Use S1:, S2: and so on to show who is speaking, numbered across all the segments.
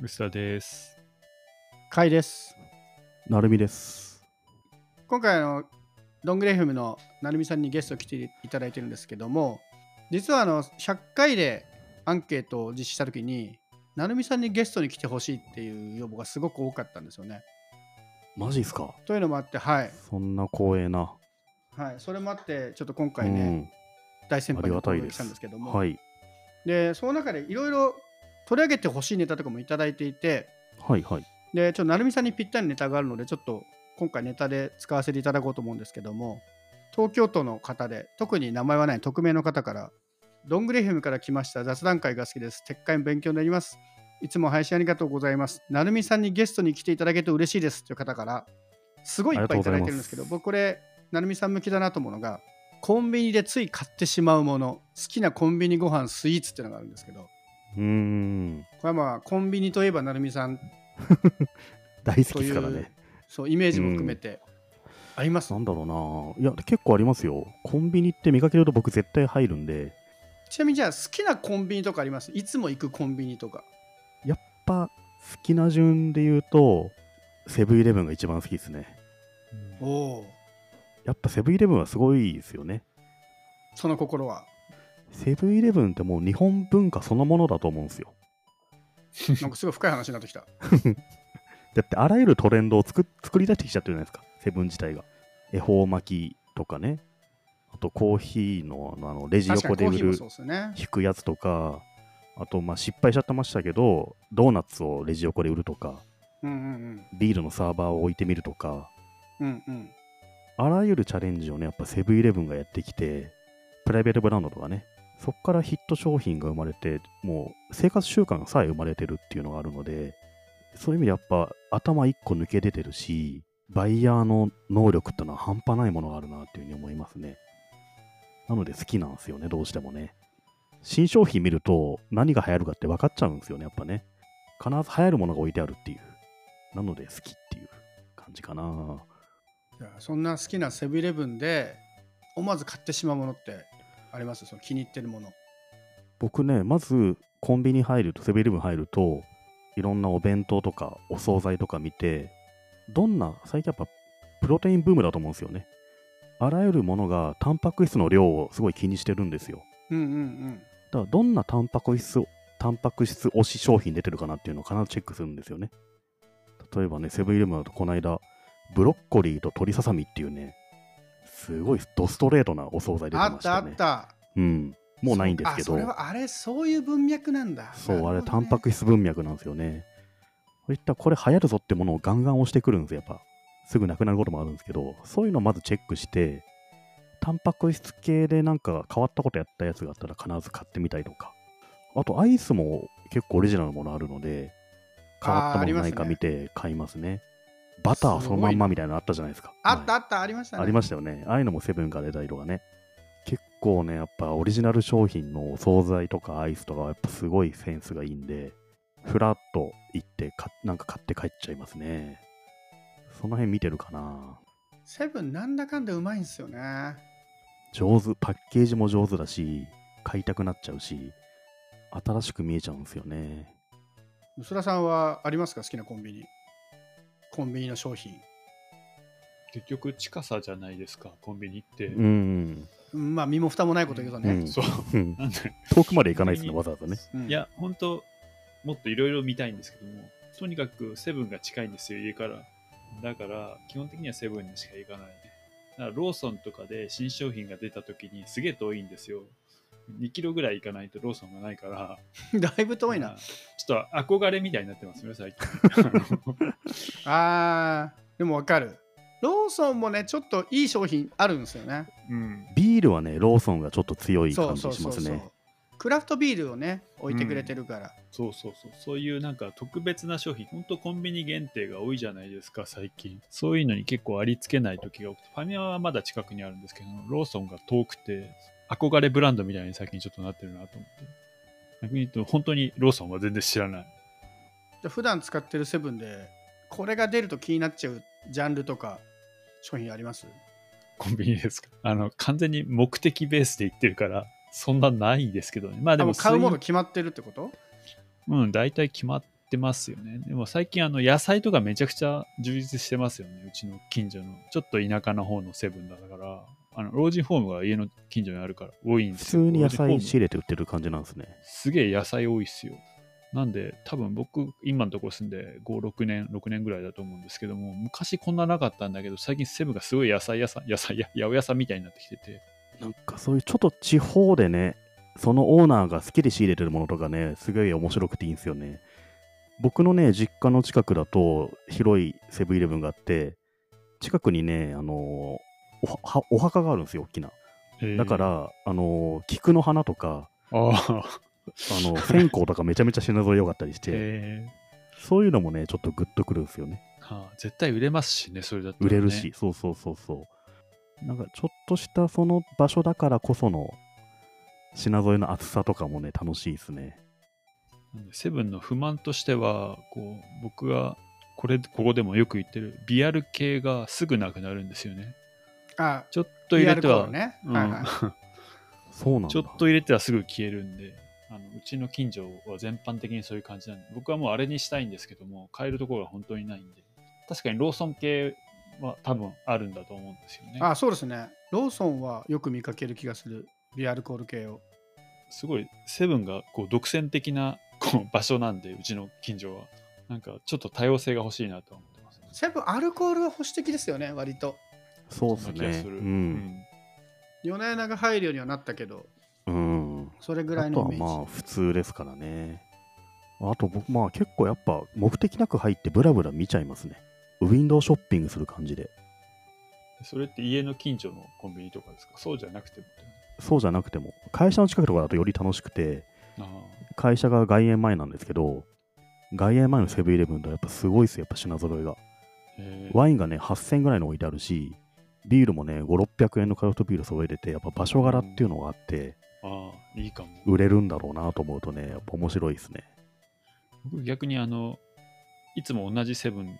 S1: 薄田です。
S2: かいです
S3: なるみです。
S2: 今回あのドングレフムのなるみさんにゲスト来ていただいてるんですけども実はあの100回でアンケートを実施した時になるみさんにゲストに来てほしいっていう要望がすごく多かったんですよね。
S3: マジっすか
S2: というのもあってはい、
S3: そんな光栄な。
S2: はい、それもあってちょっと今回ね、大先
S3: うん、
S2: 輩
S3: あり
S2: に
S3: が
S2: お
S3: たい
S2: 届
S3: で
S2: けし
S3: す
S2: たんですけど。も、
S3: はい、
S2: でその中でいろいろ取り上げてほしいネタとかもいただいていて
S3: はい、はい。
S2: でちょっと成美さんにぴったりネタがあるのでちょっと今回ネタで使わせていただこうと思うんですけども東京都の方で特に名前はない匿名の方から「どんぐり FM から来ました雑談会が好きです撤回も勉強になりますいつも配信ありがとうございます成美さんにゲストに来ていただけて嬉しいです」という方からすごいいっぱいいただいてるんですけど
S3: ありがとう
S2: 僕これ成美さん向きだなと思うのがコンビニでつい買ってしまうもの好きなコンビニご飯スイーツっていうのがあるんですけど
S3: うーん、
S2: これはまあコンビニといえば成美さん
S3: 大好きですからね。
S2: そうイメージも含めてあります、
S3: なんだろうな。いや、結構ありますよ。コンビニって見かけると僕絶対入るんで、
S2: ちなみにじゃあ好きなコンビニとかありますいつも行くコンビニとか
S3: やっぱ好きな順で言うと、セブンイレブンが一番好きですね。
S2: おお
S3: やっぱセブンイレブンはすごいですよね。
S2: その心 は
S3: セブンイレブンってもう日本文化そのものだと思うんですよ。
S2: なんかすごい深い話になってき た
S3: だってあらゆるトレンドを作っ作り出してきちゃってるじゃないですか、セブン自体が。恵方巻きとかね、あとコーヒーのあのあのレジ
S2: 確か
S3: 横
S2: にコー
S3: で売
S2: ヒーも
S3: る
S2: そうですよね
S3: 引くやつとか、あとまあ失敗しちゃってましたけど、ドーナツをレジ横で売るとか、
S2: うんうん
S3: ビールのサーバーを置いてみるとか、
S2: うんうんうん
S3: あらゆるチャレンジをね、やっぱセブンイレブンがやってきて、プライベートブランドとかね、そこからヒット商品が生まれて、もう生活習慣さえ生まれてるっていうのがあるので、そういう意味でやっぱ頭一個抜け出てるし、バイヤーの能力ってのは半端ないものがあるなっていうふうに思いますね。なので好きなんですよね、どうしてもね。新商品見ると何が流行るかって分かっちゃうんですよね、やっぱね。必ず流行るものが置いてあるっていう。なので好きっていう感じかな。
S2: じゃあそんな好きなセブンイレブンで思わず買ってしまうものってありますその気に入ってるもの
S3: 僕ねまずコンビニ入るとセブンイレブン入るといろんなお弁当とかお惣菜とか見てどんな最近やっぱプロテインブームだと思うんですよねあらゆるものがタンパク質の量をすごい気にしてるんですよ
S2: うんうんうん
S3: だからどんなタンパク質をタンパク質推し商品出てるかなっていうのを必ずチェックするんですよね例えばねセブンイレブンだとこの間ブロッコリーと鶏ささみっていうねすごいドストレートなお惣菜出て
S2: あ
S3: ま
S2: っ
S3: した
S2: あ
S3: た
S2: っ
S3: ね
S2: た
S3: うんもうないんですけ
S2: あそ
S3: ど
S2: れはあれそういう文脈なんだ
S3: そう、あれ、タ
S2: 淡
S3: ンパク質文脈なんですよね。そういったこれ流行るぞってものをガンガン押してくるんですよ、やっぱ。すぐなくなることもあるんですけど、そういうのをまずチェックして、タンパク質系でなんか変わったことやったやつがあったら必ず買ってみたりとか。あと、アイスも結構オリジナルのものあるので、変わったものないか見て買いますね。バターそのまんまみたいなのあったじゃないですか。
S2: あった
S3: 前
S2: あったありましたね
S3: ありましたよね。ああいうのもセブンから出たりとかね。結構ね、やっぱオリジナル商品のお惣菜とかアイスとかはやっぱすごいセンスがいいんで、フラッと行ってか、なんか買って帰っちゃいますね。その辺見てるかな。
S2: セブンなんだかんだうまいんですよね
S3: 上手、パッケージも上手だし、買いたくなっちゃうし、新しく見えちゃうんですよね。
S2: 薄田さんはありますか好きなコンビニコンビニの商品
S1: 結局、近さじゃないですか、コンビニって。
S3: うん。
S2: うんまあ身も蓋もないこと言うとね、
S1: そう。
S3: うん
S1: なんで
S3: 遠くまで行かないですね、わざわざね。
S2: うん
S1: いや、本当もっといろいろ見たいんですけども、とにかくセブンが近いんですよ、家から。だから、基本的にはセブンにしか行かないね。だからローソンとかで新商品が出た時にすげえ遠いんですよ。2キロぐらい行かないとローソンがないから、
S2: だいぶ遠い
S1: まあ
S2: な
S1: ちょっと憧れみたいになってますね、最 近。
S2: あーでもわかるローソンもねちょっといい商品あるんですよね
S1: うん、
S3: ビールはね、ローソンがちょっと強い
S2: そ
S3: 感
S2: う
S3: じ
S2: そう
S3: し
S2: そ
S3: ま
S2: う
S3: す
S2: そう、
S3: ね。
S2: クラフトビールをね置いてくれてるから、
S1: そうそうそう、そういうなんか特別な商品、本当コンビニ限定が多いじゃないですか、最近。そういうのに結構ありつけない時が多くて、ファミマはまだ近くにあるんですけど、ローソンが遠くて、憧れブランドみたいに最近ちょっとなってるなと思って。逆に言うと、本当にローソンは全然知らない。
S2: じゃあ普段使ってるセブンでこれが出ると気になっちゃうジャンルとか商品あります
S1: コンビニですか。あの、完全に目的ベースで行ってるから、そんなないですけどね。まあ
S2: で
S1: で
S2: も
S1: も、
S2: う買うもの決まってるってこと
S1: うん、大体決まっってますよね。でも最近あの野菜とかめちゃくちゃ充実してますよね。うちの近所の。ちょっと田舎の方のセブンだから、あの老人ホームが家の近所にあるから多いんで
S3: 普
S1: す
S3: 通
S1: よ。
S3: に野
S1: 老人ホー
S3: 菜
S1: ム
S3: 仕入れて売ってる感じなんですね。
S1: すげえ野菜多いっすよ。なんで、多分僕、今のところ住んで5、6年、6年ぐらいだと思うんですけども、昔こんななかったんだけど、最近セブンがすごい野菜屋さん、野菜や、八百屋さんみたいになってきてて、
S3: なんかそういうちょっと地方でね、そのオーナーが好きで仕入れてるものとかね、すごい面白くていいんですよね。僕のね、実家の近くだと広いセブンイレブンがあって、近くにね、あのーおはお墓があるんですよ、大きな。だか、ら、あのー菊の花とか、
S1: ああ、
S3: あの線香とかめちゃめちゃ品揃え良かったりして、
S1: ええ
S3: そういうのもね、ちょっとグッとくるんですよね。
S1: はあ、絶対売れますしね、それだったら、
S3: 売
S1: ね。
S3: れるし、。そうそうそうそう。なんかちょっとしたその場所だからこその品添えの厚さとかもね、楽しいですね。
S1: なんでセブンの不満としては、こう、僕が、これ、ここでもよく言ってる、ビアル系がすぐなくなるんですよね。
S2: あ、
S1: ちょっと入れて
S2: PR コー
S1: は、
S2: ルね。
S1: うん
S2: はいはい。
S3: そうなんだ。
S1: ちょっと入れてはすぐ消えるんで、あのうちの近所は全般的にそういう感じなんで、僕はもうあれにしたいんですけども、買えるところが本当にないんで、確かにローソン系は多分あるんだと思うんですよね。
S2: あ、そうですね。ローソンはよく見かける気がする。ビアルコール系を。
S1: すごい、セブンがこう独占的なこう場所なんで、うちの近所は。なんかちょっと多様性が欲しいなとは思ってます、
S2: セブン、アルコールは保守的ですよね、割と。
S3: そうです
S1: んな気が
S3: ね
S1: す。る。
S3: うん。
S2: 夜な夜なが入るようにはなったけど、
S3: うん。
S2: それぐら
S3: あ
S2: い
S3: と
S2: の
S3: は
S2: イメージ。。
S3: まあ、普通ですからね。あと僕、まあ結構やっぱ目的なく入ってブラブラ見ちゃいますね。ウィンドウショッピングする感じで。
S1: それって家の近所のコンビニとかですかそうじゃなくてもってこ
S3: そうじゃなくても、会社の近くとかだとより楽しくて、
S1: とあ
S3: 会社が外苑前なんですけど、外苑前のセブンイレブンとやっぱすごいですよ、やっぱ品揃えが。
S1: ーへー
S3: ワインがね、8000円ぐらいの置いてあるし、ビールもね、5、600円のクラフトビール揃えてて、やっぱ場所柄っていうのがあって、
S1: あー、いいかも。
S3: 売れるんだろうなと思うとね、やっぱ面白いですね。
S1: 僕逆にあのいつも同じセブン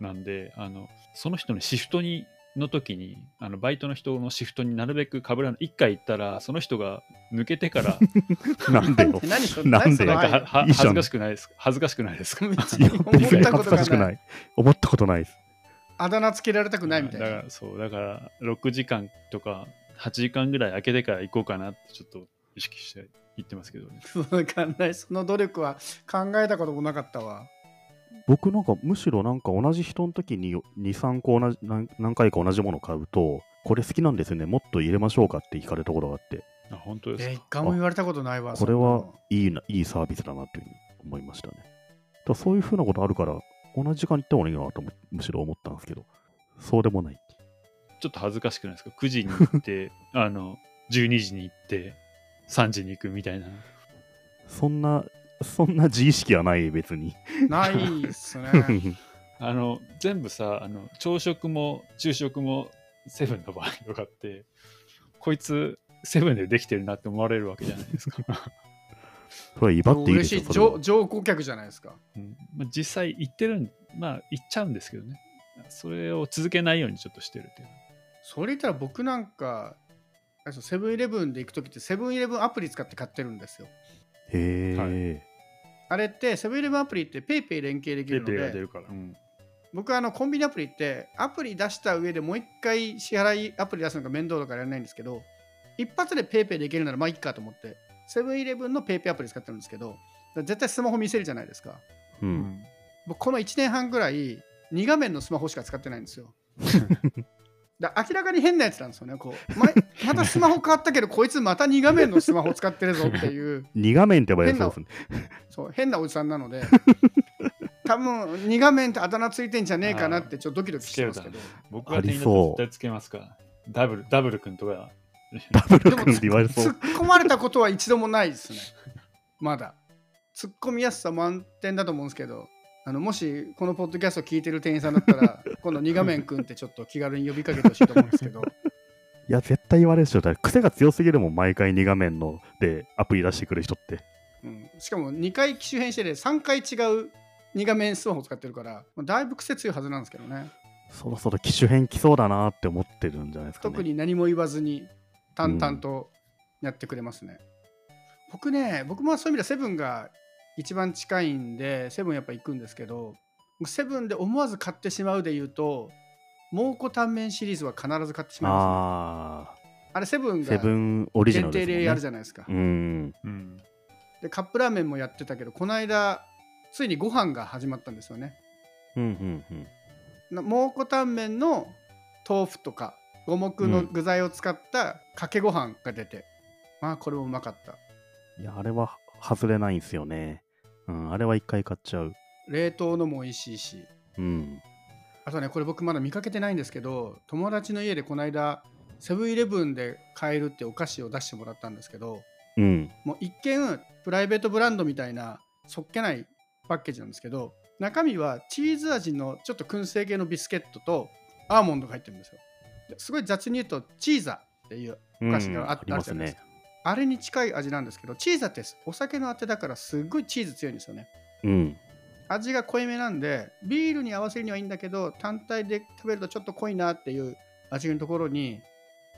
S1: なんであのその人のシフトにの時にあのバイトの人のシフトになるべく被らない1回行ったらその人が抜けてから
S3: なんでよ
S2: 何それ
S3: なんで
S2: 何
S1: なん
S2: そ
S1: か
S2: れ
S1: ははい
S3: いじゃん
S1: 恥ずかしくないですか恥ずかしくないですか
S2: 別
S3: いや
S2: に思
S3: 別に
S2: った
S3: 恥
S2: こ
S3: ず
S2: と
S3: かしく
S2: が
S3: な
S2: ない。
S3: い。思ったことないです。
S2: あだ名つけられたくないみたい
S1: だ
S2: な
S1: か。らそうだから6時間とか8時間ぐらい空けてから行こうかなってちょっと意識して行ってますけどね
S2: わかんない。 その努力は考えたこともなかったわ。
S3: 僕なんかむしろなんか同じ人の時に2、3個同じ何何回か同じもの買うと、これ好きなんですよね、もっと入れましょうかって聞かれたことがあって、
S1: あ本当です
S2: え、一
S1: か
S2: 回も言われたことないわ。
S3: これ
S2: そんな
S3: は
S2: の
S3: いいないいサービスだなというふうに思いましたね。だからそういうふうなことあるから、同じ時間に行った方がいいなともむしろ思ったんですけど、そうでもない。
S1: ちょっと恥ずかしくないですか9時に行ってあの12時に行って3時に行くみたいな
S3: そんな、そんな自意識はない、別に。
S2: ないっすね。
S1: あの全部さあの朝食も昼食もセブンの場合とかってこいつセブンでできてるなって思われるわけじゃないですか、
S3: それ は威張っていいで
S2: 嬉
S3: し
S2: し
S3: ょ
S2: い、
S3: それは
S2: 上上顧客じゃないですか。
S1: うんまあ、実際行ってるんまあ行っちゃうんですけどねそれを続けないようにちょっとしてるっていう
S2: それ言ったら僕なんか、あれですよセブンイレブンで行くときって、セブンイレブンアプリ使って買ってるんですよ。
S3: へ
S1: は
S3: え、
S2: あれって、セブンイレブンアプリってペイペイ連携できるの
S1: ペイペイが出
S2: で、
S1: るから、うん
S2: 僕はあのコンビニアプリって、アプリ出した上でもう一回支払いアプリ出すのが面倒だからやらないんですけど、一発でペイペイできるならまあいいかと思って、セブンイレブンのペイペイアプリ使ってるんですけど、絶対スマホ見せるじゃないですか。
S3: う。
S1: うん
S2: 僕この1年半ぐらい2画面のスマホしか使ってないんですよだ明らかに変なやつなんですよねこうままたスマホ変わったけどこいつまた2画面のスマホ使ってるぞっていう
S3: 2画面って言えばそうですね。
S2: そう変なおじさんなので多分2画面ってあだ名ついてんじゃねえかなってちょっとドキドキしてますけど
S1: 僕が店員だと絶対つけますからダブルダブル君とか
S3: ダブル
S2: でも
S3: 君って言われそ
S2: 突
S3: う
S2: っ。込まれたことは一度もないですねまだ突っ込みやすさ満点だと思うんですけどあのもしこのポッドキャストを聞いてる店員さんだった ら今度2画面くんってちょっと気軽に呼びかけてほしいと思うんですけど
S3: いや、絶対言われるでしょ。だから癖が強すぎるもん、毎回2画面のでアプリ出してくる人って。
S2: うん、しかも2回機種変してで3回違う2画面スマホ使ってるからまあだいぶ癖強いはずなんですけどね
S3: そろそろ機種変来そうだなって思ってるんじゃないですかね。
S2: 特に何も言わずに淡々とやってくれますね、僕ね僕もそういう意味ではセブンが一番近いんでセブンやっぱ行くんですけどセブンで思わず買ってしまうで言うと蒙古タンメンシリーズは必ず買ってしまいま
S3: あ
S2: す、ね、あれセブン
S3: あ、セ
S2: が
S3: ブンオリジナ
S2: 限定
S3: ルですもん
S2: で
S3: ね。
S2: やるじゃないですか
S3: うん。
S1: うん。
S2: でカップラーメンもやってたけどこの間ついにご飯が始まったんですよね
S3: うんうんうん。
S2: な蒙古タンメンの豆腐とか五目の具材を使ったかけご飯が出て、まあこれもうまかった
S3: いや、あれは外れないんですよね。うん、あれは一回買っちゃう。
S2: 冷凍のも美味しいし
S3: うん。
S2: あとねこれ僕まだ見かけてないんですけど友達の家でこの間セブンイレブンで買えるってお菓子を出してもらったんですけど
S3: うん。
S2: もう一見プライベートブランドみたいなそっけないパッケージなんですけど中身はチーズ味のちょっと燻製系のビスケットとアーモンドが入ってるんですよですごい雑に言うとチーザっていうお菓子があ,、
S3: うんあり
S2: あ
S3: ま
S2: るじ
S3: す
S2: ゃないです
S3: ね
S2: か。あれに近い味なんですけどチーザってお酒のあてだからすっごいチーズ強いんですよね
S3: うん。
S2: 味が濃いめなんでビールに合わせるにはいいんだけど単体で食べるとちょっと濃いなっていう味のところに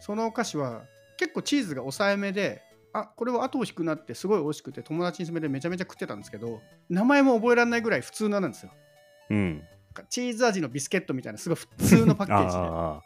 S2: そのお菓子は結構チーズが抑えめであこれは後を引くなってすごい美味しくて友達に勧めてめちゃめちゃ食ってたんですけど名前も覚えられないぐらい普通のなんですよ
S3: うん。
S2: なんかチーズ味のビスケットみたいなすごい普通のパッケージで
S3: あ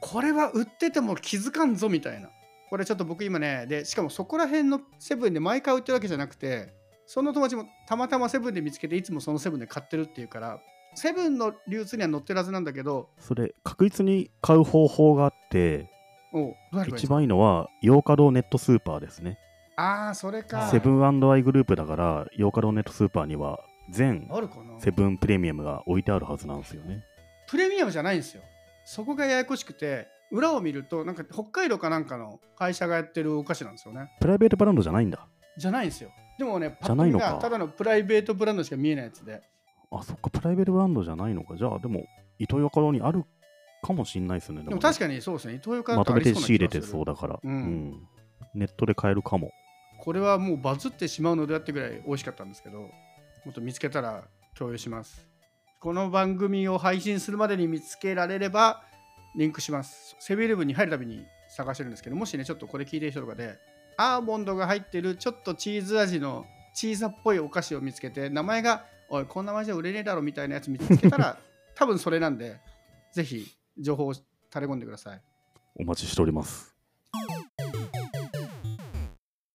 S2: これは売ってても気づかんぞみたいなこれちょっと僕今ねでしかもそこら辺のセブンで毎回売ってるわけじゃなくてその友達もたまたまセブンで見つけていつもそのセブンで買ってるっていうからセブンの流通には載ってるはずなんだけど
S3: あ、それ、確実に買う方法があって、
S2: おうどうやればいい
S3: 一
S2: の
S3: 番いいのは、ヨーカドーネットスーパーですね。
S2: ああそれか
S3: セブンアイグループだから、ヨーカドーネットスーパーには、全
S2: あるかな
S3: セブンプレミアムが置いてあるはずなんですよね。
S2: プレミアムじゃないんですよそこがややこしくて裏を見るとなんか北海道かなんかの会社がやってるお菓子なんですよね
S3: プライベートブランドじゃないんだ。
S2: じゃないんですよでもねパ
S3: じ
S2: ッ
S3: ゃ
S2: と
S3: ない
S2: 見
S3: のか
S2: がただのプライベートブランドしか見えないやつで
S3: あ、そっか、プライベートブランドじゃないのか。じゃあ、でも、伊藤ヨーカドーにあるかもしんないですね。
S2: でも確
S3: か
S2: かにそうですね伊東洋
S3: まとめて仕入れてそうだから、
S2: うん
S3: うんネットで買えるかも。
S2: これはもうバズってしまうのではってぐらい美味しかったんですけどもっと見つけたら共有しますこの番組を配信するまでに見つけられればリンクしますセブンイレブンに入るたびに探してるんですけどもしねちょっとこれ聞いてる人とかでアーモンドが入ってるちょっとチーズ味のチーズっぽいお菓子を見つけて名前がおいこんな名前じゃ売れねえだろみたいなやつ見つけたら多分それなんでぜひ情報を垂れ込んでください
S3: お待ちしております。